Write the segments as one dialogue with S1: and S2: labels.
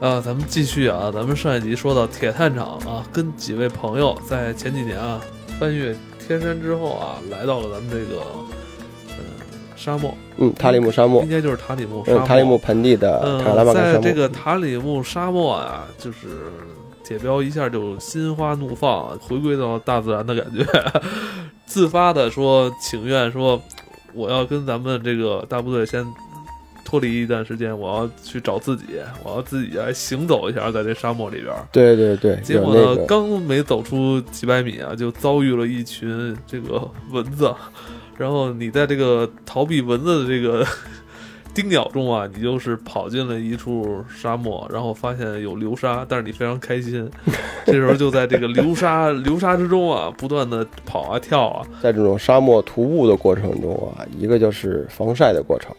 S1: 呃，咱们继续啊，咱们上一集说到铁探长啊，跟几位朋友在前几年啊，翻越天山之后啊，来到了咱们这个呃沙漠，
S2: 嗯，塔里木沙漠
S1: 应，该就是塔里木沙
S2: 嗯，
S1: 漠。
S2: 塔里木盆地的塔拉
S1: 嗯
S2: 玛干
S1: 在
S2: 沙
S1: 这
S2: 漠，
S1: 个塔里木沙漠啊，就是铁彪一下就心花怒放，回归到大自然的感觉， 自发的说请愿说，我要跟咱们这个大部队先脱离一段时间，我要去找自己，我要自己来行走一下，在这沙漠里边儿。
S2: 对对对，
S1: 结
S2: 有
S1: 果
S2: 那
S1: 呢，
S2: 个，
S1: 刚没走出几百米啊，就遭遇了一群这个蚊子， 然后你在这个逃避蚊子的这个 叮咬中啊，你就是跑进了一处沙漠，然后发现有流沙，但是你非常开心， 这时候就在这个流沙 流沙之中啊，不断的跑啊跳啊，
S2: 在这种沙漠徒步的过程中啊，一个就是防晒的过程。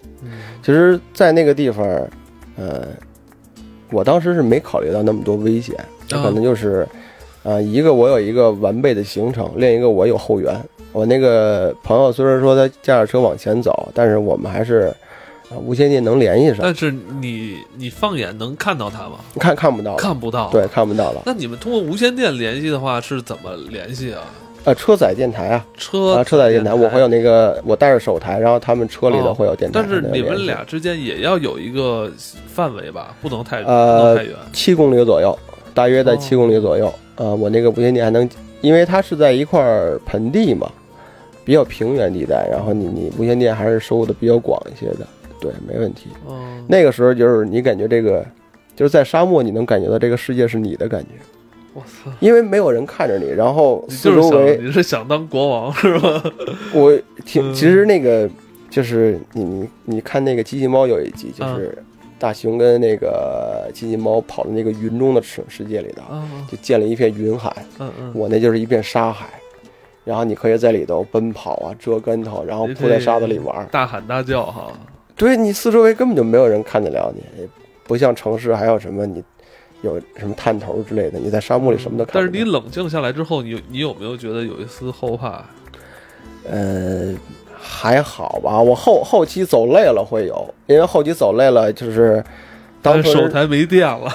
S2: 其实，在那个地方，呃，我当时是没考虑到那么多危险，
S1: 啊
S2: 可能就是，呃，一个我有一个完备的行程，另一个我有后援。我那个朋友虽然说他驾着车往前走，但是我们还是呃无线电能联系上，
S1: 但是你你放眼能看到它吗？
S2: 看看不到了，
S1: 看不到。
S2: 对，。看不到了。
S1: 那你们通过无线电联系的话是怎么联系啊？
S2: 呃，车载电台啊，
S1: 车
S2: 啊，车载电台，我会有那个，我带着手台，然后他们车里头
S1: 哦
S2: 会有电台
S1: 但
S2: 的联
S1: 是
S2: 系。
S1: 你们俩之间也要有一个范围吧，不能太、不能
S2: 呃
S1: 太远。
S2: 七公里左右，大约在
S1: 哦
S2: 七公里左右。呃，我那个无线电还能，因为它是在一块儿盆地嘛，比较平原地带，然后你你无线电还是收的比较广一些的，对，没问题。
S1: 嗯，
S2: 那个时候就是你感觉这个，就是在沙漠，你能感觉到这个世界是你的感觉，
S1: 我操，
S2: 因为没有人看着你，然后
S1: 你
S2: 四
S1: 就是
S2: 周围
S1: 想你是想当国王是 吧？
S2: 我
S1: 嗯
S2: 挺其实那个就是你你你看那个机器猫有一集就是大熊跟那个机器猫跑到那个云中的世世界里头，
S1: 啊，
S2: 就建了一片云海，
S1: 嗯嗯，
S2: 我那就是一片沙海，然后你可以在里头奔跑啊，折跟头，然后
S1: 你
S2: 扑在沙子里玩儿。
S1: 大喊大叫哈。
S2: 对你四周围根本就没有人看得了你，也不像城市还有什么你有什么探头之类的，你在沙漠里什么都看不
S1: 但
S2: 到。
S1: 是你冷静下来之后，你你有没有觉得有一丝后怕？
S2: 呃，还好吧，我后后期走累了会有，因为后期走累了就是当
S1: 但
S2: 时
S1: 是手台没电了，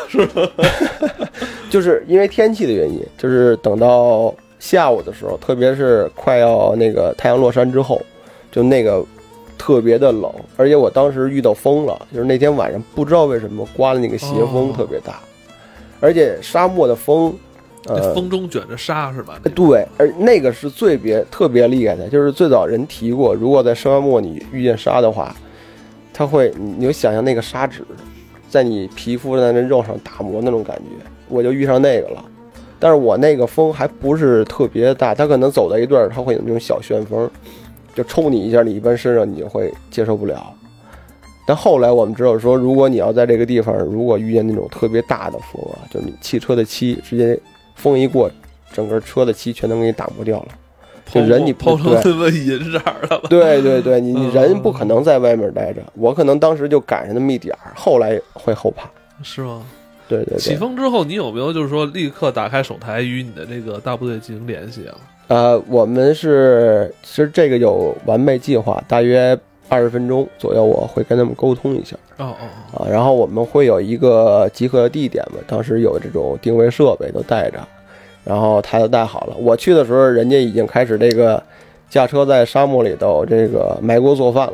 S2: 就是因为天气的原因，就是等到下午的时候，特别是快要那个太阳落山之后，就那个特别的冷，而且我当时遇到风了，就是那天晚上不知道为什么刮了那个斜风
S1: 哦
S2: 特别大，而且沙漠的风，
S1: 那
S2: 呃，
S1: 风中卷着沙是吧？那种
S2: 对，而那个是最别特别厉害的，就是最早人提过，如果在沙漠你遇见沙的话，它会，你你就想象那个砂纸在你皮肤在那肉上打磨那种感觉，我就遇上那个了。但是我那个风还不是特别大，它可能走到一段儿，它会有那种小旋风，就抽你一下，你一般身上你就会接受不了。但后来我们只有说，如果你要在这个地方，如果遇见那种特别大的风啊，就是你汽车的漆直接风一过，整个车的漆全能给你打 磨掉了。
S1: 抛
S2: 就人你
S1: 抛成
S2: 对
S1: 那么银色的了。
S2: 对对对，你你
S1: 嗯
S2: 人不可能在外面待着，我可能当时就赶上那么一点儿，后来会后怕。
S1: 是吗？
S2: 对对
S1: 起
S2: 对，
S1: 风之后，你有没有就是说立刻打开手台与你的这个大部队进行联系啊？
S2: 呃，我们是其实这个有完备计划，大约二十分钟左右，我会跟他们沟通一下
S1: 哦哦哦，
S2: 啊，然后我们会有一个集合的地点嘛，当时有这种定位设备都带着，然后台都带好了。我去的时候，人家已经开始这个驾车在沙漠里头这个埋锅做饭了，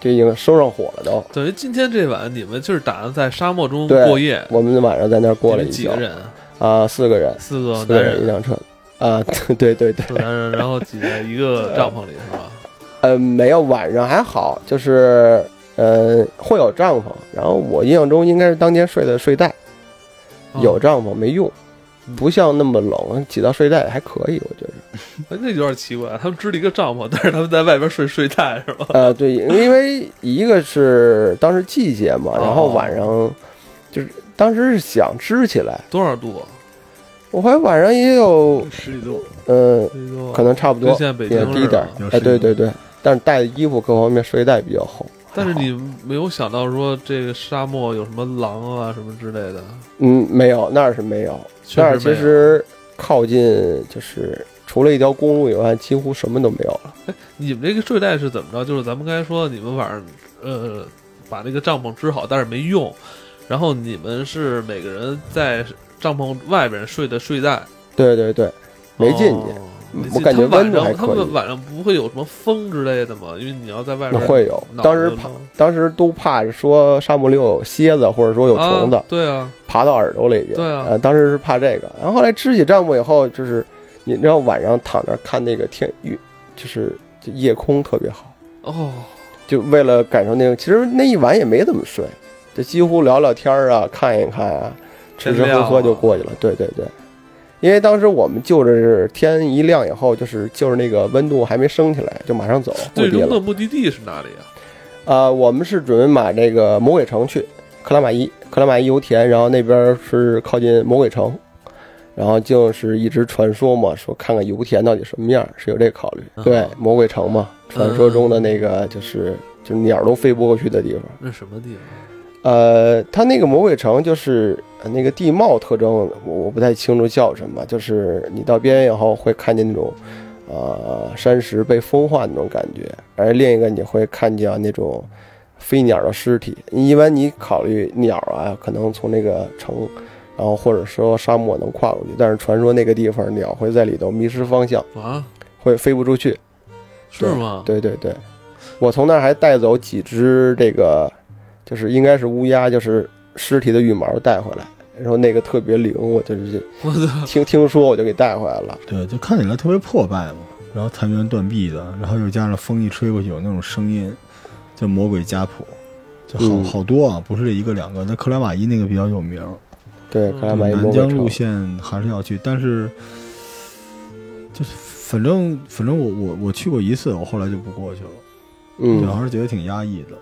S2: 就已经生上火了都。
S1: 等于今天这晚你们就是打算在沙漠中
S2: 对
S1: 过夜，
S2: 我们晚上在那儿过了
S1: 你们
S2: 一
S1: 几
S2: 宿
S1: 个人？
S2: 啊，四个人，
S1: 四个
S2: 四个
S1: 男
S2: 人一
S1: 人，
S2: 辆车，啊， 对对对，
S1: 四个男人，然后挤在一 个帐篷里是吧？
S2: 呃，没有晚上还好，就是呃会有帐篷，然后我印象中应该是当天睡的睡袋，
S1: 哦嗯
S2: 有，帐篷没用，不像那么冷，挤到睡袋里还可以，我觉得。
S1: 哎那有点奇怪，他们支了一个帐篷， 但是他们在外边睡睡袋是吧？
S2: 呃，对，因为一个是当时季节嘛，然后
S1: 哦
S2: 晚上就是当时是想支起来，
S1: 多少度？啊
S2: 我怀疑晚上也有
S3: 十几度，
S2: 呃
S1: 这都
S2: 可能差不
S1: 啊跟
S2: 多
S1: 现在北京
S2: 也低
S1: 似
S2: 点儿
S1: 的。，
S3: 有
S2: 哎，
S3: 十
S2: 对
S3: 几
S2: 对对，但是带的衣服各方面睡袋比较厚。
S1: 但是你没有想到说这个沙漠有什么狼啊什么之类的，
S2: 嗯，没有，那儿是没有，那
S1: 确
S2: 儿
S1: 实
S2: 其
S1: 没有。
S2: 实靠近就是除了一条公路以外，几乎什么都没有了。
S1: 你们这个睡袋是怎么着？就是咱们刚才说，你们晚上呃把那个帐篷支好，但是没用，然后你们是每个人在帐篷外边睡的睡袋，
S2: 对对对，没进去，嗯
S1: 哦没进
S2: 我感觉
S1: 他们
S2: 温度还
S1: 晚上他
S2: 可
S1: 们
S2: 以。
S1: 晚上不会有什么风之类的吗？因为你要在外
S2: 那
S1: 边
S2: 会有，
S1: 脑
S2: 当时
S1: 子
S2: 怕，当时都怕说沙漠里有蝎子，或者说有虫子
S1: 啊，对啊，
S2: 爬到耳朵里去。
S1: 对啊
S2: 呃，当时是怕这个，然后后来支起帐篷以后，就是你知道晚上躺那儿看那个天月，就是就夜空特别好，
S1: 哦，
S2: 就为了感受那个。其实那一晚也没怎么睡，就几乎聊聊天儿啊，看一看啊，吃吃
S1: 天
S2: 喝
S1: 亮
S2: 喝就
S1: 了
S2: 过去了。对对对，因为当时我们就着是天一亮以后，就是就是那个温度还没升起来，就马上走目
S1: 最
S2: 的
S1: 终
S2: 了。
S1: 的目的地是哪里啊？
S2: 呃，我们是准备买这个魔鬼城去克拉玛依，克拉玛依油田，然后那边是靠近魔鬼城，然后就是一直传说嘛，说看看油田到底什么样，是有这考虑。对
S1: 嗯，
S2: 魔鬼城嘛，传说中的那个就是就是鸟都飞不过去的地方。
S1: 那什么地方？
S2: 呃，它那个魔鬼城就是呃那个地貌特征，我我不太清楚叫什么，就是你到边缘以后会看见那种，呃，山石被风化那种感觉，而另一个你会看见那种飞鸟的尸体。一般你考虑鸟啊，可能从那个城，然后或者说沙漠能跨过去，但是传说那个地方鸟会在里头迷失方向，
S1: 啊，
S2: 会飞不出去。
S1: 是吗？
S2: 对对对，我从那儿还带走几只这个，就是应该是乌鸦，就是尸体的羽毛带回来。然后那个特别灵，我就是
S1: 我操，
S2: 听听说我就给带回来了。
S3: 对，就看起来特别破败嘛，然后残垣断壁的，然后又加上风一吹过去有那种声音，叫魔鬼家谱，就好、
S2: 嗯
S3: 好多啊，不是这一个两个。那克拉玛依那个比较有名儿，
S2: 对，克拉玛依
S3: 嗯南
S2: 魔鬼
S3: 疆路
S2: 城，
S3: 线还是要去，但是就是反正反正我我我去过一次，我后来就不过去了，对，
S2: 嗯，
S3: 还是觉得挺压抑的。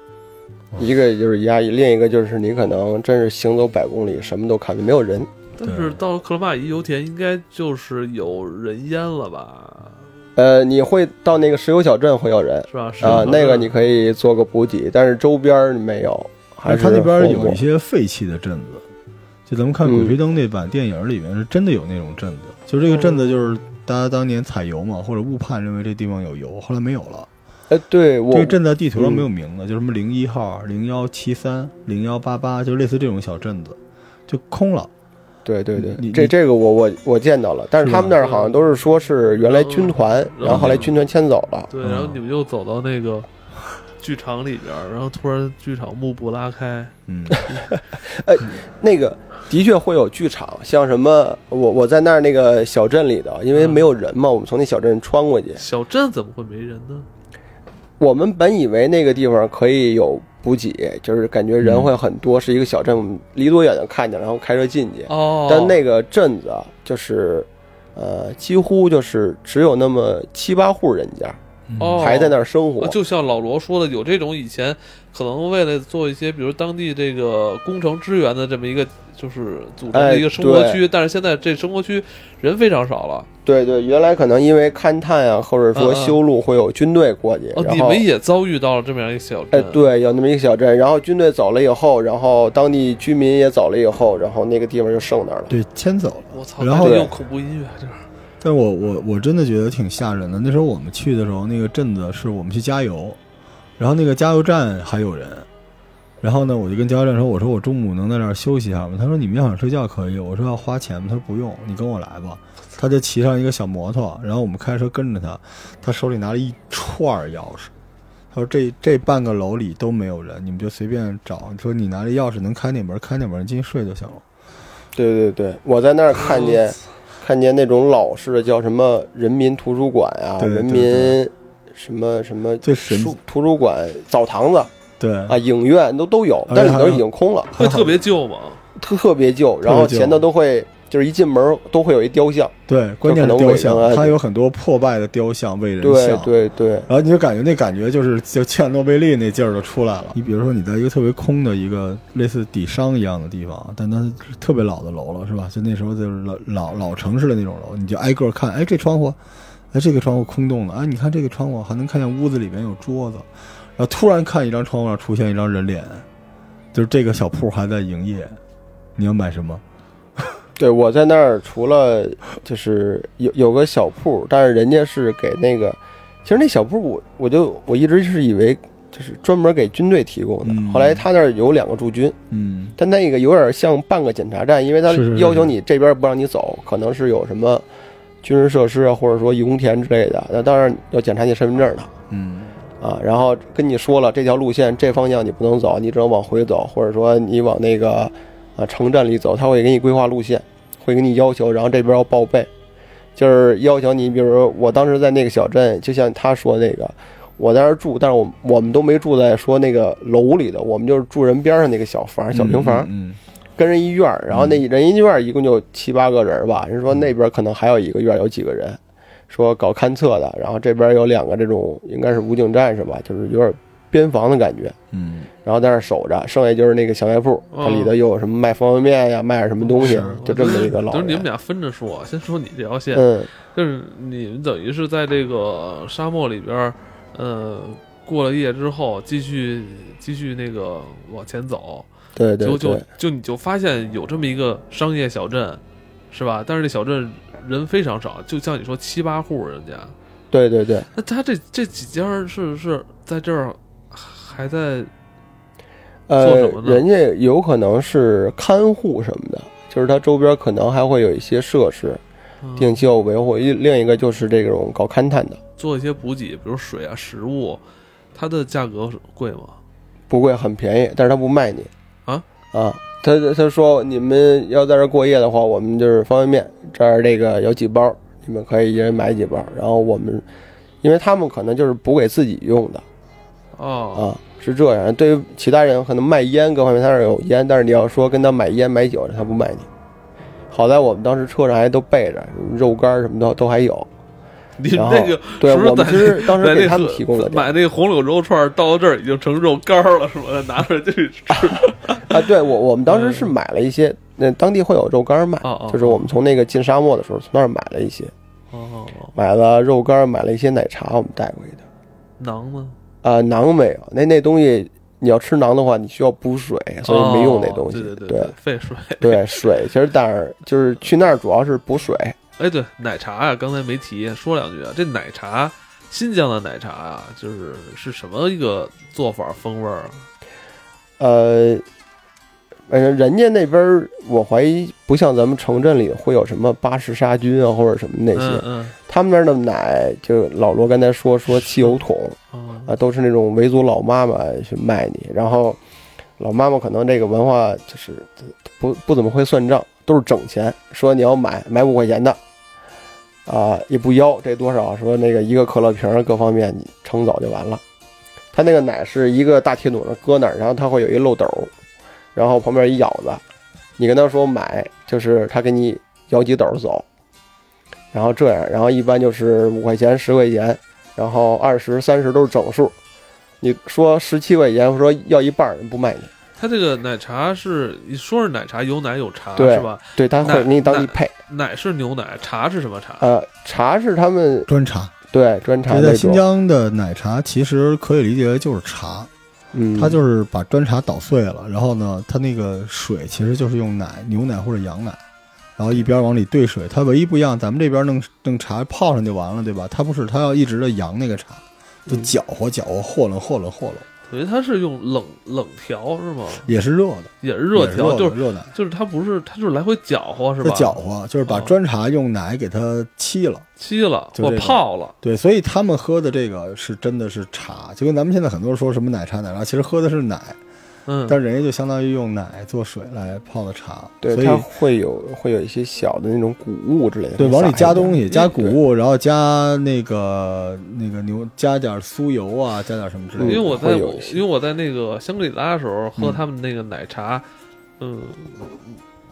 S2: 一个就是压抑，另一个就是你可能真是行走百公里，什么都看不见，没有人。
S1: 但是到克罗马伊油田应该就是有人烟了吧？
S2: 呃，你会到那个石油小镇会有人
S1: 是吧？是
S2: 啊、
S1: 吗
S2: 那个你可以做个补给，但是周边儿没有，还
S3: 但
S2: 是
S3: 它那边
S2: 荒
S3: 有
S2: 漠
S3: 一些废弃的镇子，就咱们看
S2: 嗯
S3: 《鬼吹灯》那版电影里面是真的有那种镇子，就是这个镇子就是大家当年采油嘛，或者误判认为这地方有油，后来没有了。
S2: 哎，对我
S3: 这个镇在地图上
S2: 嗯
S3: 没有名字，就什么零一号、零幺七三、零幺八八，就类似这种小镇子，就空了。
S2: 对对对
S3: 你，
S2: 这
S3: 你
S2: 这个我我我见到了，但是
S3: 是
S2: 他
S3: 吧
S2: 们那儿好像都是说是原来军团，
S1: 嗯
S2: 然后后来军团迁走了。
S1: 对，
S3: 嗯
S1: 然后你们又走到那个剧场里边儿，然后突然剧场幕布拉开，
S3: 嗯，
S2: 那个的确会有剧场，像什么我我在那儿那个小镇里头，因为
S1: 嗯
S2: 没有人嘛，我们从那小镇穿过去。
S1: 小镇怎么会没人呢？
S2: 我们本以为那个地方可以有补给，就是感觉
S1: 嗯
S2: 人会很多，是一个小镇，我们离多远能看见，然后开车进去。
S1: 哦，
S2: 但那个镇子啊就是，呃，几乎就是只有那么七八户人家
S1: 哦
S2: 还在那儿生活
S1: 啊。就像老罗说的，有这种以前可能为了做一些，比如当地这个工程支援的这么一个，就是组成
S2: 哎
S1: 的一个生活区，但是现在这生活区人非常少了。
S2: 对对，原来可能因为勘探啊，或者说
S1: 嗯嗯
S2: 修路会有军队过去，
S1: 哦，
S2: 然
S1: 你
S2: 后
S1: 们也遭遇到了这么样一个小
S2: 哎
S1: 镇，，
S2: 对，有那么一个小镇，然后军队走了以后，然后当地居民也走了以后，然后那个地方就剩那儿了。
S3: 对，迁走了。
S1: 我操，
S3: 然后
S1: 赶紧用恐怖音乐这儿，
S3: 但我我我真的觉得挺吓人的。那时候我们去的时候，那个镇子是我们去加油，然后那个加油站还有人。然后呢，我就跟加油站说：“我说我中午能在这儿休息一下吗？”他说：“你们要想睡觉可以。”我说：“要花钱吗？”他说：“不用，你跟我来吧。”他就骑上一个小摩托，然后我们开车跟着他，他手里拿了一串儿钥匙。他说这这半个楼里都没有人，你们就随便找。说你拿着钥匙能开哪门，开哪门，进去睡就行了。
S2: 对对对，我在那儿看
S3: 哦
S2: 见看见那种老式的叫什么人民图书馆啊，
S3: 对对
S2: 人
S3: 对
S2: 民什么什么
S3: 最神嗯
S2: 书图书馆、澡堂子
S3: 对
S2: 啊、影院都都有，
S3: 而且
S2: 但是
S3: 还
S2: 都
S3: 有
S2: 已经空了，
S1: 会特别旧吗？
S2: 特特别旧，然后
S3: 旧
S2: 前头都会就是一进门都会有一雕像，
S3: 对，关
S2: 可
S3: 键是
S2: 能
S3: 雕
S2: 伪
S3: 像
S2: 装啊，
S3: 它
S2: 对
S3: 有很多破败的雕像、为人
S2: 对
S3: 像，
S2: 对对，
S3: 然后你就感觉那感觉就是就切尔诺贝利那劲儿就出来了。你比如说你在一个特别空的一个类似底商一样的地方，但它是特别老的楼了，是吧？就那时候就是老老老城市的那种楼，你就挨个看，哎，这窗户，哎，这个窗户空洞的，哎，你看这个窗户还能看见屋子里面有桌子，然后突然看一张窗户上出现一张人脸，就是这个小铺还在营业，你要买什么？
S2: 对，我在那儿除了就是有有个小铺，但是人家是给那个，其实那小铺我我就我一直是以为就是专门给军队提供的，
S3: 嗯
S2: 后来他那儿有两个驻军，
S3: 嗯
S2: 但那个有点像半个检查站，因为他
S3: 是是是
S2: 要求你这边不让你走，可能是有什么军事设施啊，或者说义工田之类的，那当然要检查你身份证了
S3: 嗯
S2: 啊，然后跟你说了这条路线这方向你不能走，你只能往回走，或者说你往那个啊城站里走，他会给你规划路线，会给你要求，然后这边要报备，就是要求你，比如说我当时在那个小镇，就像他说那个。我在那儿住，但是我我们都没住在说那个楼里的，我们就是住人边上那个小房、小平房。
S3: 嗯
S2: 跟人一院儿，然后
S1: 嗯
S2: 那人一院儿一共就七八个人儿吧。人说那边可能还有一个院儿有几个人，说搞勘测的，然后这边有两个这种应该是武警战士吧，就是有点边防的感觉，
S3: 嗯
S2: 然后在那儿守着。剩下就是那个小卖铺，
S1: 哦
S2: 它里头又有什么卖方便面呀，卖点什么东西
S3: 是，
S2: 就这么一个老
S1: 就是你们
S2: 人。
S1: 俩分着说，先说你这条线，
S2: 嗯，
S1: 就是你们等于是在这个呃沙漠里边儿，呃，过了夜之后，继续继续那个往前走，
S2: 对对
S1: 就就
S2: 对，
S1: 就你就发现有这么一个商业小镇，是吧？但是这小镇人非常少，就像你说七八户人家，
S2: 对对对。
S1: 那他这这几家儿是是在这儿还在做
S2: 呃
S1: 什么，呢
S2: 人家有可能是看护什么的，就是它周边可能还会有一些设施，
S1: 嗯
S2: 定期要维护。一另一个就是这种搞勘探的。
S1: 做一些补给，比如水啊、食物，它的价格贵吗？
S2: 不贵，很便宜，但是他不卖你
S1: 啊
S2: 啊！他他说你们要在这儿过夜的话，我们就是方便面这儿这个有几包，你们可以一人买几包，然后我们，因为他们可能就是补给自己用的
S1: 哦，
S2: 啊，是这样。对于其他人可能卖烟各方面，他那儿有烟，但是你要说跟他买烟买酒，他不卖你。好在我们当时车上还都备着肉干儿什么的都还有，
S1: 你
S2: 然
S1: 们
S2: 后
S1: 那个
S2: 对
S1: 是不是
S2: 我们
S1: 在
S2: 是当时
S1: 在
S2: 给
S1: 那
S2: 他们
S1: 个
S2: 提供的点儿
S1: 买那红柳肉串儿到了这儿已经成肉干儿了，是吧？拿出来就去吃。
S2: 啊，对我我们当时是买了一些，那当地会有肉干儿卖
S1: 嗯哦哦，
S2: 就是我们从那个进沙漠的时候从那儿买了一些，
S1: 哦，
S2: 买了肉干儿，买了一些奶茶，我们带回去的。
S1: 馕呢？
S2: 啊，馕没有，那那东西你要吃馕的话，你需要补水，所以没用那
S1: 哦
S2: 东西。
S1: 对对
S2: 对
S1: 对，废水。
S2: 对水其实但是就是去那儿主要是补水，
S1: 哎，对，奶茶呀、刚才没提，说两句啊。这奶茶，新疆的奶茶啊，就是是什么一个做法风味儿啊？
S2: 呃。反正人家那边儿，我怀疑不像咱们城镇里会有什么巴氏杀菌啊，或者什么那些
S1: 嗯。嗯
S2: 他们那儿的奶，就老罗刚才说说汽油桶，
S1: 哦
S2: 啊，都是那种维族老妈妈去卖你，然后老妈妈可能这个文化就是不不怎么会算账，都是整钱，说你要买买五块钱的，啊，也不要这多少，说那个一个可乐瓶儿各方面你称走就完了。他那个奶是一个大铁桶上搁那儿，然后它会有一漏斗，然后旁边一舀子，你跟他说买，就是他给你舀几斗儿走，然后这样，然后一般就是五块钱、十块钱，然后二十、三十都是整数。你说十七块钱，说要一半儿，人不卖你，
S1: 它这个奶茶是你说是奶茶，有奶有茶
S2: 对
S1: 是吧？
S2: 对他
S1: 那
S2: 会给你当地
S1: 那
S2: 配。
S1: 奶是牛奶，茶是什么茶？
S2: 呃，茶是他们
S3: 专茶。
S2: 对专茶
S3: 这
S2: 那
S3: 在新
S2: 种，
S3: 疆的奶茶其实可以理解为就是茶，
S2: 嗯，
S3: 它就是把砖茶捣碎了，然后呢，它那个水其实就是用奶、牛奶或者羊奶，然后一边往里兑水。它唯一不一样，咱们这边弄弄茶泡上就完了，对吧？它不是，它要一直的扬那个茶，就
S2: 嗯
S3: 搅和搅和，和弄和弄和弄，
S1: 等于它是用冷冷调是吗？
S3: 也是热的，
S1: 也是热
S3: 也是
S1: 调，
S3: 热
S1: 就
S3: 的
S1: 是
S3: 热奶，
S1: 就是它不是它就是来回搅和是
S3: 它
S1: 吧？
S3: 搅和，就是把
S1: 哦
S3: 砖茶用奶给它沏了。
S1: 沏了
S3: 就
S1: 或
S3: 这个
S1: 泡了，
S3: 对，所以他们喝的这个是真的是茶，就跟咱们现在很多人说什么奶茶奶茶，其实喝的是奶，
S1: 嗯，
S3: 但是人家就相当于用奶做水来泡的茶，
S2: 对
S3: 所
S2: 它
S3: 以
S2: 会有会有一些小的那种谷物之类的，
S3: 对往里加东西，加谷
S2: 谷
S3: 物，然后加那个那个牛，加点酥油啊，加点什么之
S1: 因
S3: 类
S1: 为
S3: 的。
S1: 我
S2: 会
S1: 在
S2: 有
S1: 我
S2: 一些
S1: 因为我在那个香格里拉的时候喝
S3: 嗯
S1: 他们那个奶茶，嗯，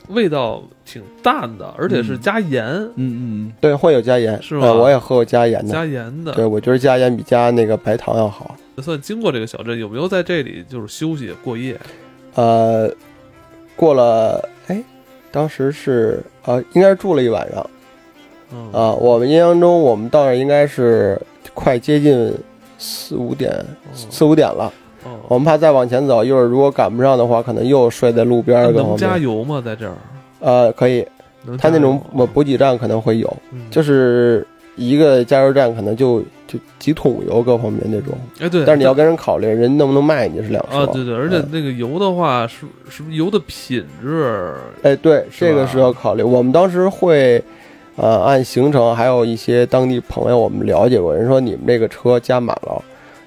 S1: 味道挺淡的，而且是
S3: 嗯
S1: 加盐、
S3: 嗯嗯
S2: 对会有加盐，
S1: 是
S2: 呃
S1: 吗
S2: 我也喝过加盐的，
S1: 加盐
S2: 嗯对
S1: 的。
S2: 我觉得加盐比加那个白糖要好。
S1: 算经过这个小镇，有没有在这里就是休息过夜？
S2: 呃，过了哎，当时是呃应该是住了一晚上。
S1: 嗯
S2: 啊，我们印象中，我们到那儿应该是快接近四五点，四五点了。
S1: 哦，
S2: 我们怕再往前走，一会儿如果赶不上的话，可能又睡在路边
S1: 那
S2: 儿跟后
S1: 能加
S2: 面。
S1: 油吗？在这儿？
S2: 呃，可以，
S1: 能
S2: 它那种
S1: 加油
S2: 补补给站可能会有，
S1: 嗯
S2: 就是一个加油站可能就就几桶油各方面那种，
S1: 哎对，
S2: 但是你要跟人考虑人能不能卖你是嗯两说
S1: 啊对对，而且那个油的话是是不是油的品质？
S2: 哎，对，
S1: 是吧
S2: 这个是要考虑。我们当时会，呃，按行程，还有一些当地朋友，我们了解过，人说你们这个车加满了，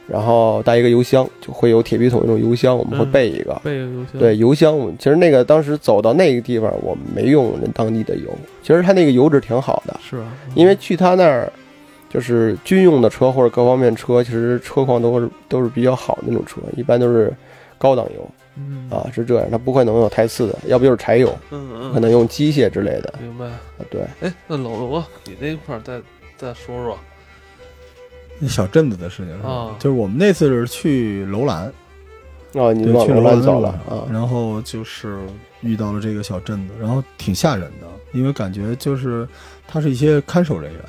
S2: 然后带一个油箱，就会有铁皮桶那种油箱，我们会
S1: 嗯
S2: 备一个。
S1: 备个油箱
S2: 对，油箱，我们其实那个当时走到那个地方，我们没用人当地的油，其实他那个油质挺好的，
S1: 是吧？嗯
S2: 因为去他那儿。就是军用的车或者各方面车，其实车况都是都是比较好的那种车，一般都是高档油
S1: 嗯
S2: 啊，是这样，它不可能有太次的，要不就是柴油。
S1: 嗯嗯，
S2: 可能用机械之类的。
S1: 明白。
S2: 啊对，
S1: 哎，那老罗啊，你那块儿再再说说
S3: 那小镇子的事情是吧？
S1: 啊
S3: 就是我们那次是去楼兰，
S2: 哦，你
S3: 对，
S2: 往
S3: 去
S2: 楼
S3: 楼
S2: 兰
S3: 兰
S2: 走
S3: 路
S2: 了
S3: 上
S2: 啊？
S3: 然后就是遇到了这个小镇子，然后挺吓人的，因为感觉就是它是一些看守人员，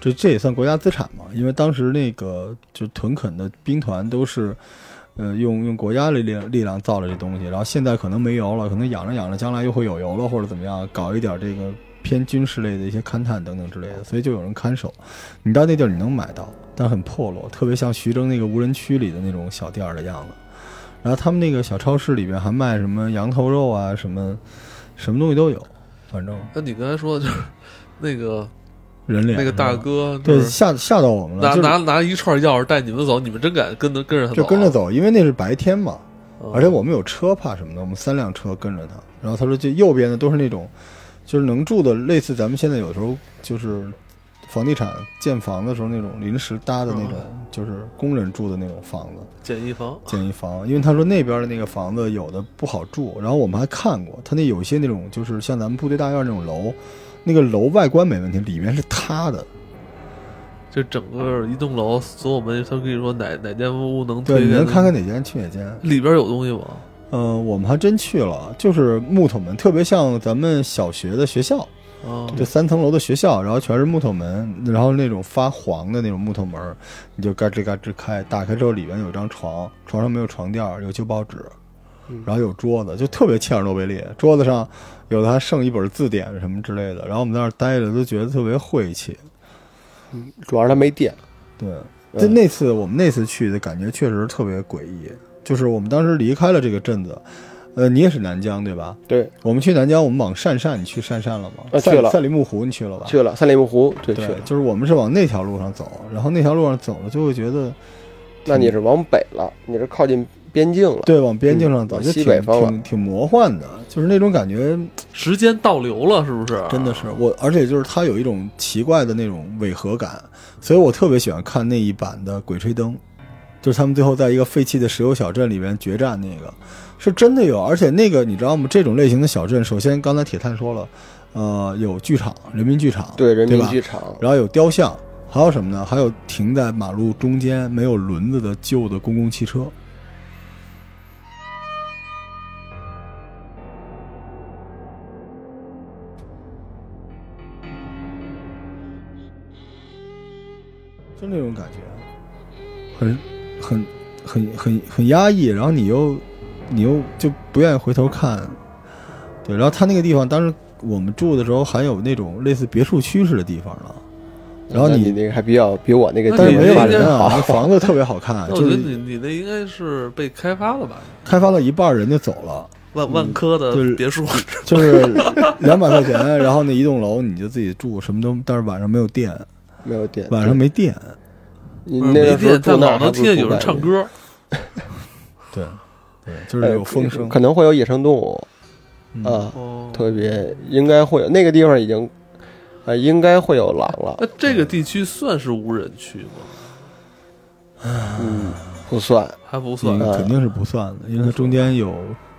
S3: 这这也算国家资产嘛？因为当时那个就屯垦的兵团都是。呃，用用国家的力力量造了这东西，然后现在可能没油了，可能养着养着，将来又会有油了，或者怎么样，搞一点这个偏军事类的一些勘探等等之类的，所以就有人看守。你到那地儿你能买到，但很破落，特别像徐峥那个无人区里的那种小店儿的样子。然后他们那个小超市里边还卖什么羊头肉啊，什么什么东西都有，反正
S1: 那哎你刚才说的就是那个
S3: 人脸
S1: 那个
S3: 是吧
S1: 大哥，
S3: 对
S1: 就是
S3: 吓吓到我们
S1: 拿
S3: 了，
S1: 拿
S3: 就
S1: 拿一串钥匙带你们走，你们真敢跟着跟着他走啊？
S3: 就跟着走，因为那是白天嘛，
S1: 嗯，
S3: 而且我们有车，怕什么呢？我们三辆车跟着他。然后他说，这右边的都是那种，就是能住的，类似咱们现在有时候就是房地产建房的时候那种临时搭的那
S1: 哦
S3: 种，就是工人住的那种房子。
S1: 啊简易房，
S3: 建一房，因为他说那边的那个房子有的不好住，然后我们还看过，他那有些那种就是像咱们部队大院那种楼，那个楼外观没问题，里面是塌的，
S1: 就整个一栋楼，所有门他跟你说哪哪间屋能推开，
S3: 对，你能看看哪间去哪间。
S1: 里边有东西吗？
S3: 呃，我们还真去了，就是木头门，特别像咱们小学的学校，
S1: 啊，
S3: 就三层楼的学校，然后全是木头门，然后那种发黄的那种木头门，你就嘎吱嘎吱开，打开之后里面有一张床，床上没有床垫儿，有旧报纸
S2: 嗯，
S3: 然后有桌子，就特别切尔诺贝利。桌子上有的还剩一本字典什么之类的，然后我们在那儿待着都觉得特别晦气。
S2: 主要是它没电。
S3: 对，
S2: 嗯
S3: 就那次我们那次去的感觉确实特别诡异，就是我们当时离开了这个镇子，呃，你也是南疆对吧？
S2: 对，
S3: 我们去南疆，我们往鄯善，你去鄯善了吗？
S2: 啊去
S3: 赛
S2: 了
S3: 赛里木湖你去了吧？
S2: 去了三里木湖，对，去
S3: 对，
S2: 了。
S3: 就是我们是往那条路上走，然后那条路上走了就会觉
S2: 嗯
S3: 得，
S2: 那你是往北了，你是靠近边境了。
S3: 对，往边境上走，
S2: 嗯
S3: 就挺
S2: 西北方了
S3: 挺挺魔幻的，就是那种感觉，
S1: 时间倒流了，是不是？
S3: 真的是
S2: 啊
S3: 我，而且就是它有一种奇怪的那种违和感，所以我特别喜欢看那一版的《鬼吹灯》，就是他们最后在一个废弃的石油小镇里边决战那个，是真的有，而且那个你知道吗？这种类型的小镇，首先刚才铁探说了，呃，有剧场，人民剧场，
S2: 对，人民
S3: 吧
S2: 剧场。
S3: 然后有雕像，还有什么呢？还有停在马路中间没有轮子的旧的公共汽车。就那种感觉，很、很、很、很、很压抑，然后你又、你又就不愿意回头看，对。然后他那个地方，当时我们住的时候还有那种类似别墅区似的地方呢，然后
S2: 那
S3: 你
S2: 你那个还比较比我那个
S1: 那
S3: 但
S2: 地
S3: 是
S1: 你
S2: 方
S3: 没有
S1: 那边
S2: 发展
S3: 人啊，那
S2: 好。
S3: 房子特别好看，
S1: 那我
S3: 就
S1: 觉得你
S3: 是
S1: 你那应该是被开发了吧？
S3: 开发到一半儿人就走了，
S1: 万万科的
S3: 嗯就是
S1: 别墅，
S3: 就是两百块钱，然后那一栋楼你就自己住，什么都，但是晚上没有电，
S2: 没有电，
S3: 晚上没电，
S2: 你
S1: 嗯没
S2: 那个时候
S1: 电，
S2: 住
S1: 但
S2: 那儿
S1: 老能听见有人唱，歌。
S3: 对，对，就
S2: 还不如不
S3: 是
S2: 带
S3: 有风
S2: 哎
S3: 声
S2: 可能会有野生动物
S3: 嗯
S2: 啊，
S1: 哦，
S2: 特别应该会有。那个地方已经，呃，应该会有狼了
S1: 那，这个地区算是无人区吗？
S2: 嗯，不算，
S1: 还不算
S3: 那
S2: 嗯。
S3: 个肯定是不算的，因为它中间有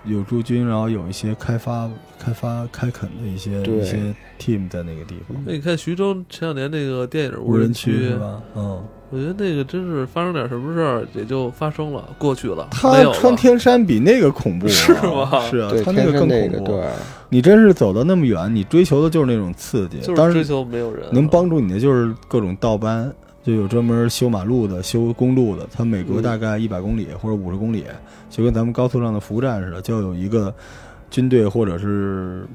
S3: 有驻军，然后有一些开发、开发、开垦的一些
S2: 对
S3: 一些 team 在那个地方，
S1: 那你看徐峥前两年那个电影《
S3: 无
S1: 人
S3: 人区是吧？嗯，
S1: 我觉得那个真是发生点什么事儿也就发生了，过去了，没
S3: 他
S1: 有了
S3: 穿天山比那个恐怖啊，
S1: 是吗
S3: 是啊
S2: 对，，
S3: 他
S2: 天
S3: 个
S2: 生
S3: 更
S2: 那
S3: 恐
S2: 个
S3: 怖。啊
S2: 对，
S3: 你真是走到那么远，你追求的就是那种刺激，
S1: 就
S3: 当
S1: 是追
S3: 然
S1: 求没有人了
S3: 能帮助你的就是各种盗班，就有专门修马路的、修公路的。它每隔
S2: 嗯
S3: 大概一百公里或者五十公里，就跟咱们高速上的服务站似的，就有一个军队或者是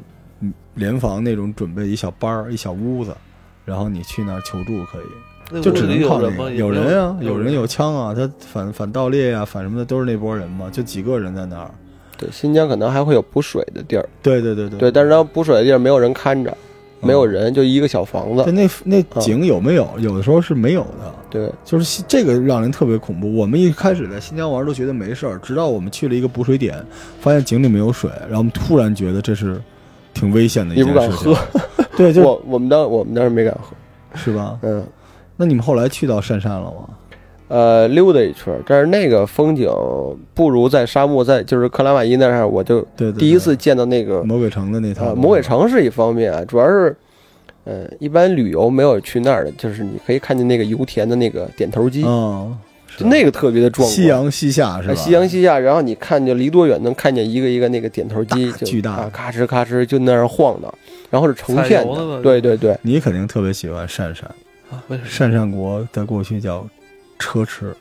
S3: 嗯联防那种准备一小班儿、一小屋子，然后你去那儿求助可以，
S1: 那
S3: 就
S1: 屋
S3: 只
S1: 里
S3: 能
S1: 有
S3: 靠
S1: 人
S3: 那
S1: 吗？
S3: 个。
S1: 也
S3: 有
S1: 没
S3: 人啊，
S1: 有
S3: 有人有枪啊，他反反盗猎呀、反什么的都是那波人嘛，就几个人在那儿。
S2: 对，新疆可能还会有补水的地儿，
S3: 对对嗯对对
S2: 对，但是它补水的地儿没有人看着，没有人，就一个小房
S3: 对
S2: 子，
S3: 那那井有没有？有的时候是没有的，
S2: 对，
S3: 就是西这个让人特别恐怖。我们一开始在新疆玩都觉得没事儿，直到我们去了一个补水点，发现井里没有水，然后我们突然觉得这是挺危险的一
S2: 你不
S3: 件
S2: 敢
S3: 事情。对，就
S2: 我我们当我们当时没敢喝，
S3: 是吧？
S2: 嗯，
S3: 那你们后来去到鄯善了吗？
S2: 呃，溜达一圈儿，但是那个风景不如在沙漠，在就是克拉玛依那儿，我就
S3: 对对对
S2: 第一次见到那个
S3: 魔鬼城的那套
S2: 啊，魔鬼城是一方面啊，主要是，嗯，一般旅游没有去那儿的，就是你可以看见那个油田的那个点头机，
S3: 嗯，是
S2: 就那个特别的壮观。
S3: 夕阳西下是吧？
S2: 哎夕阳西下，然后你看就离多远能看见一个一个那个点头机，
S3: 大
S2: 就
S3: 巨大
S2: 啊，咔哧咔哧就那样晃荡，然后是呈
S1: 踩
S2: 现
S1: 油的吧
S2: 的，对对对，
S3: 你肯定特别喜欢鄯善，
S1: 啊为什么？
S3: 鄯善国在过去叫车迟，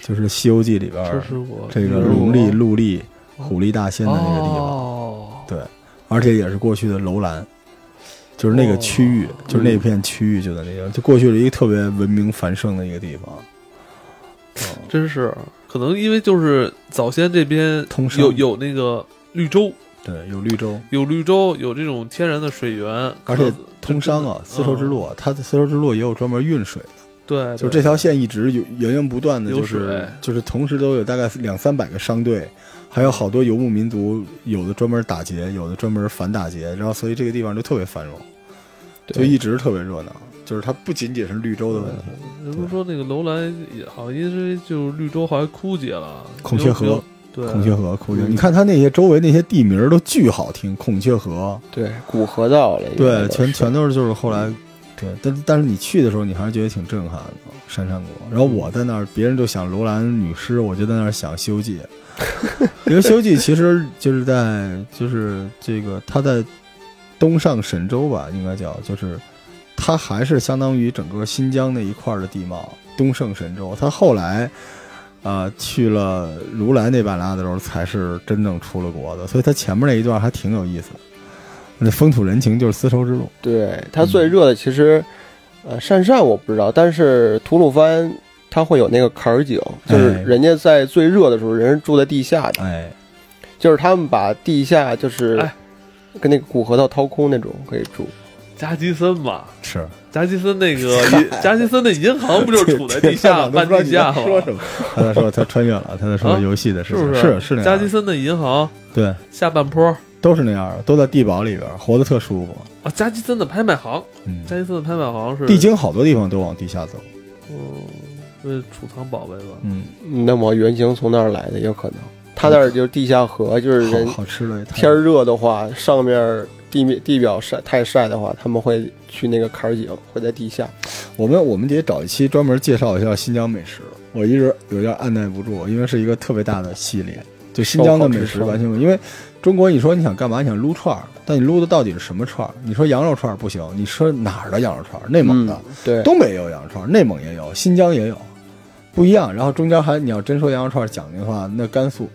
S3: 就是《西游记》里边
S1: 车
S3: 儿
S1: 师我
S3: 这个
S1: 牛
S3: 龙
S1: 肉
S3: 力、
S1: 啊
S3: 陆力、虎力大仙的那个地方，
S1: 哦
S3: 而且也是过去的楼兰，就是那个区域
S1: 哦，
S3: 就是那片区域就在那个，就过去了一个特别文明繁盛的一个地方。嗯
S1: 真是，可能因为就是早先这边
S3: 通商
S1: 有有那个绿洲，
S3: 对，有绿洲，
S1: 有绿洲，有这种天然的水源，可
S3: 而且
S1: 能
S3: 通商啊，丝绸之路啊，它的丝绸之路也有专门运水的，
S1: 嗯对，
S3: 就
S1: 对
S3: 这条线一直有源源不断的，
S1: 有
S3: 就
S1: 水
S3: 是就是同时都有大概两三百个商队，还有好多游牧民族，有的专门打劫，有的专门反打劫，然后所以这个地方就特别繁荣，就一直特别热闹。就是它不仅仅是绿洲的问题，
S1: 人不是说那个楼兰也好，因为就是绿洲好像枯竭了，
S3: 孔雀河
S1: 有有对
S3: 孔雀河，孔雀，
S2: 嗯
S3: 你看它那些周围那些地名儿都巨好听，孔雀河，
S2: 对，古河道了，应
S3: 对，
S2: 该都
S3: 全
S2: 是
S3: 全都是就是后来，对，但但是你去的时候，你还是觉得挺震撼的，山山国。然后我在那儿，别人就想楼兰女尸，我就在那儿想《西游记》，因为《西游记》其实就是在就是这个它在东上神州吧，应该叫就是它还是相当于整个新疆那一块儿的地貌，东胜神州。它后来。啊，去了如来那半拉的时候，才是真正出了国的，所以它前面那一段还挺有意思的。那风土人情就是丝绸之路，
S2: 对它最热的其实，呃，鄯善我不知道，但是吐鲁番它会有那个坎儿井，就是
S3: 哎
S2: 人家在最热的时候，人是住在地下的，
S3: 哎，
S2: 就是他们把地下就是
S1: 哎
S2: 跟那个古河道掏空那种可以住，
S1: 加基森嘛，
S3: 是
S1: 加基森那 个银加基森的银行不就处在地下半地下吗？
S3: 说什么？他在说他穿越了，他在说
S1: 啊
S3: 游戏的事
S1: 是不
S3: 情，
S1: 是
S3: 是是那
S1: 加基
S3: 样，
S1: 森的银行
S3: 对，
S1: 下半坡
S3: 都是那样的，都在地堡里边，活得特舒服。
S1: 啊，加基森的拍卖行，
S3: 嗯，
S1: 加基森的拍卖行是
S3: 地，精好多地方都往地下走，
S1: 嗯，是储藏宝贝吧？
S3: 嗯，
S2: 那么原型从那儿来的也有可能，它那儿就是地下河，就是人
S3: 好好吃的，
S2: 天儿热的话，上面地面地表晒太晒的话，他们会去那个坎儿井，会在地下。
S3: 我们我们得找一期专门介绍一下新疆美食。我一直有点按耐不住，因为是一个特别大的系列，就新疆的美食完全不。因为中国，你说你想干嘛？你想撸串儿，但你撸的到底是什么串儿？你说羊肉串儿不行，你说哪儿的羊肉串儿？内蒙的、
S2: 嗯，对，
S3: 东北也有羊肉串儿，内蒙也有，新疆也有，不一样。然后中间还你要真说羊肉串儿讲究的话，那甘肃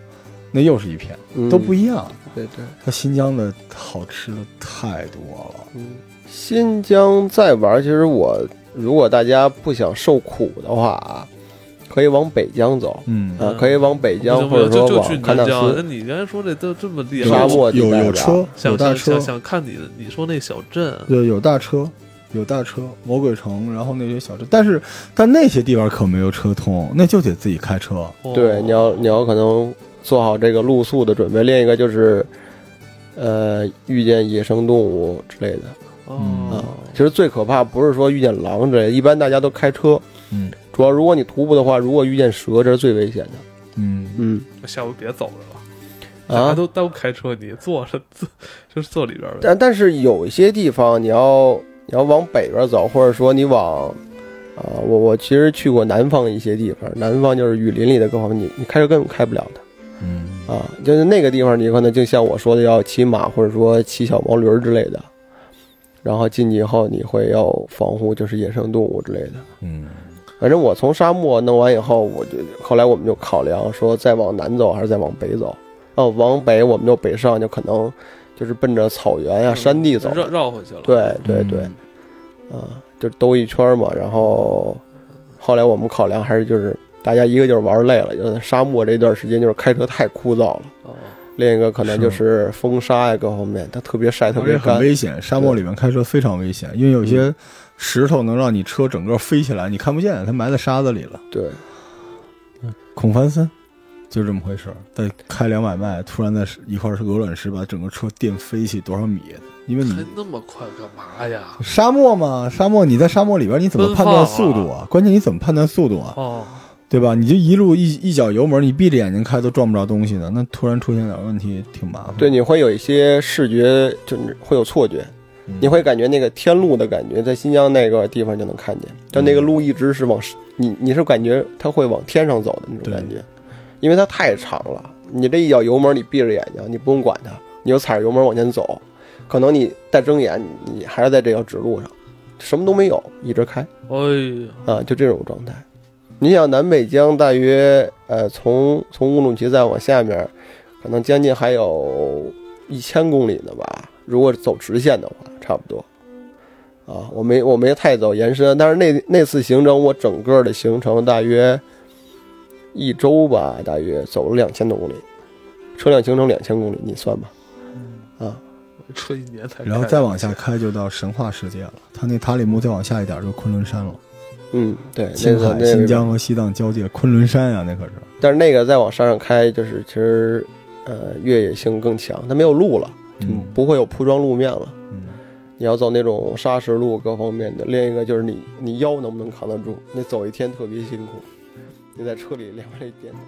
S3: 那又是一片，
S2: 嗯
S3: 都不一样。
S2: 对对。
S3: 它新疆的好吃的太多了。
S2: 嗯，新疆再玩，其实我如果大家不想受苦的话啊，可以往北疆走，
S3: 嗯，
S2: 啊，可以往北
S1: 不行
S2: 疆
S1: 不
S2: 或者
S1: 行，
S2: 说
S1: 就就去
S2: 往喀
S1: 南
S2: 纳
S1: 疆。那哎
S2: 斯。
S1: 你刚才说这都这么厉
S3: 有
S1: 害，
S2: 沙漠地带啊
S3: 有
S2: 吧
S3: 有车，有
S1: 想
S3: 大
S1: 想
S3: 车
S1: 想，想看你的你说那小镇，
S3: 对，有大车，有大车，魔鬼城，然后那些小车，但是但那些地方可没有车通，那就得自己开车。
S1: 哦
S2: 对，你要你要可能做好这个露宿的准备。另一个就是，呃，遇见野生动物之类的。啊
S1: 哦，
S3: 嗯
S2: 其实最可怕不是说遇见狼之类的，一般大家都开车。
S3: 嗯，
S2: 主要如果你徒步的话，如果遇见蛇，这是最危险的。
S3: 嗯，
S2: 嗯
S1: 下午别走了吧。大家
S2: 啊，
S1: 都都开车，你坐着坐就是坐里边呗。
S2: 但但是有一些地方你要你要往北边走，或者说你往啊、我我其实去过南方一些地方，南方就是雨林里的各方面，你你开车根本开不了的
S3: 嗯，
S2: 啊。就是那个地方，你可能就像我说的，要骑马或者说骑小毛驴儿之类的。然后进去以后，你会要防护就是野生动物之类的。
S3: 嗯，
S2: 反正我从沙漠弄完以后，我就后来我们就啊考量说，再往南走还是再往北走。哦，往北我们就北上，就可能就就是奔着草原呀、山地走的。
S1: 绕绕回去了。
S2: 对对对，
S3: 嗯
S2: 啊，就兜一圈嘛。然后后来我们考量还是就是大家一个就是玩累了，就是在沙漠这段时间就是开车太枯燥了；
S1: 哦，
S2: 另一个可能就是风沙呀各方面，它特别晒，特
S3: 而且
S2: 别
S3: 很
S2: 干。嗯
S3: 危险，沙漠里面开车非常危险，因为有些石头能让你车整个飞起来，你看不见，它埋在沙子里了。
S2: 对，
S3: 孔繁森就这么回事儿，在开两百迈，突然在一块鹅卵石把整个车电飞起多少米？因为
S1: 开
S3: 你
S1: 那么快干嘛呀？
S3: 沙漠嘛，沙漠你在沙漠里边你怎么判断速度啊？关键你怎么判断速度啊？
S1: 哦，
S3: 对吧？你就一路一一脚油门，你闭着眼睛开都撞不着东西的，那突然出现点问题挺麻烦。
S2: 对，你会有一些视觉，就是会有错觉，
S3: 嗯
S2: 你会感觉那个天路的感觉，在新疆那个地方就能看见，但
S3: 嗯
S2: 那个路一直是往你你是感觉它会往天上走的那种
S3: 对
S2: 感觉，因为它太长了。你这一脚油门，你闭着眼睛，你不用管它，你就踩着油门往前走，可能你再睁眼，你你还是在这条直路上，什么都没有，一直开。
S1: 哎呦，
S2: 啊，就这种状态。你想南北疆大约呃，从从乌鲁木齐再往下面，可能将近还有一千公里呢吧，如果走直线的话，差不多。啊，我没我没太走延伸，但是那那次行程我整个的行程大约一周吧，大约走了两千多公里，车辆行程两千公里，你算吧。啊，
S1: 这一年才开，
S3: 然后再往下开就到神话世界了，它那塔里木再往下一点就昆仑山了，
S2: 嗯，对，那
S3: 青
S2: 个
S3: 海、
S2: 那
S3: 新
S2: 个
S3: 疆和西藏交界，昆仑山啊，那可是。
S2: 但是那个再往山上开，就是其实，呃，越野性更强，它没有路了，
S3: 嗯
S2: 不会有铺装路面了。
S3: 嗯，
S2: 你要走那种砂石路，各方面的。另一个就是你，你腰能不能扛得住？你走一天特别辛苦，你在车里连不了一电脑。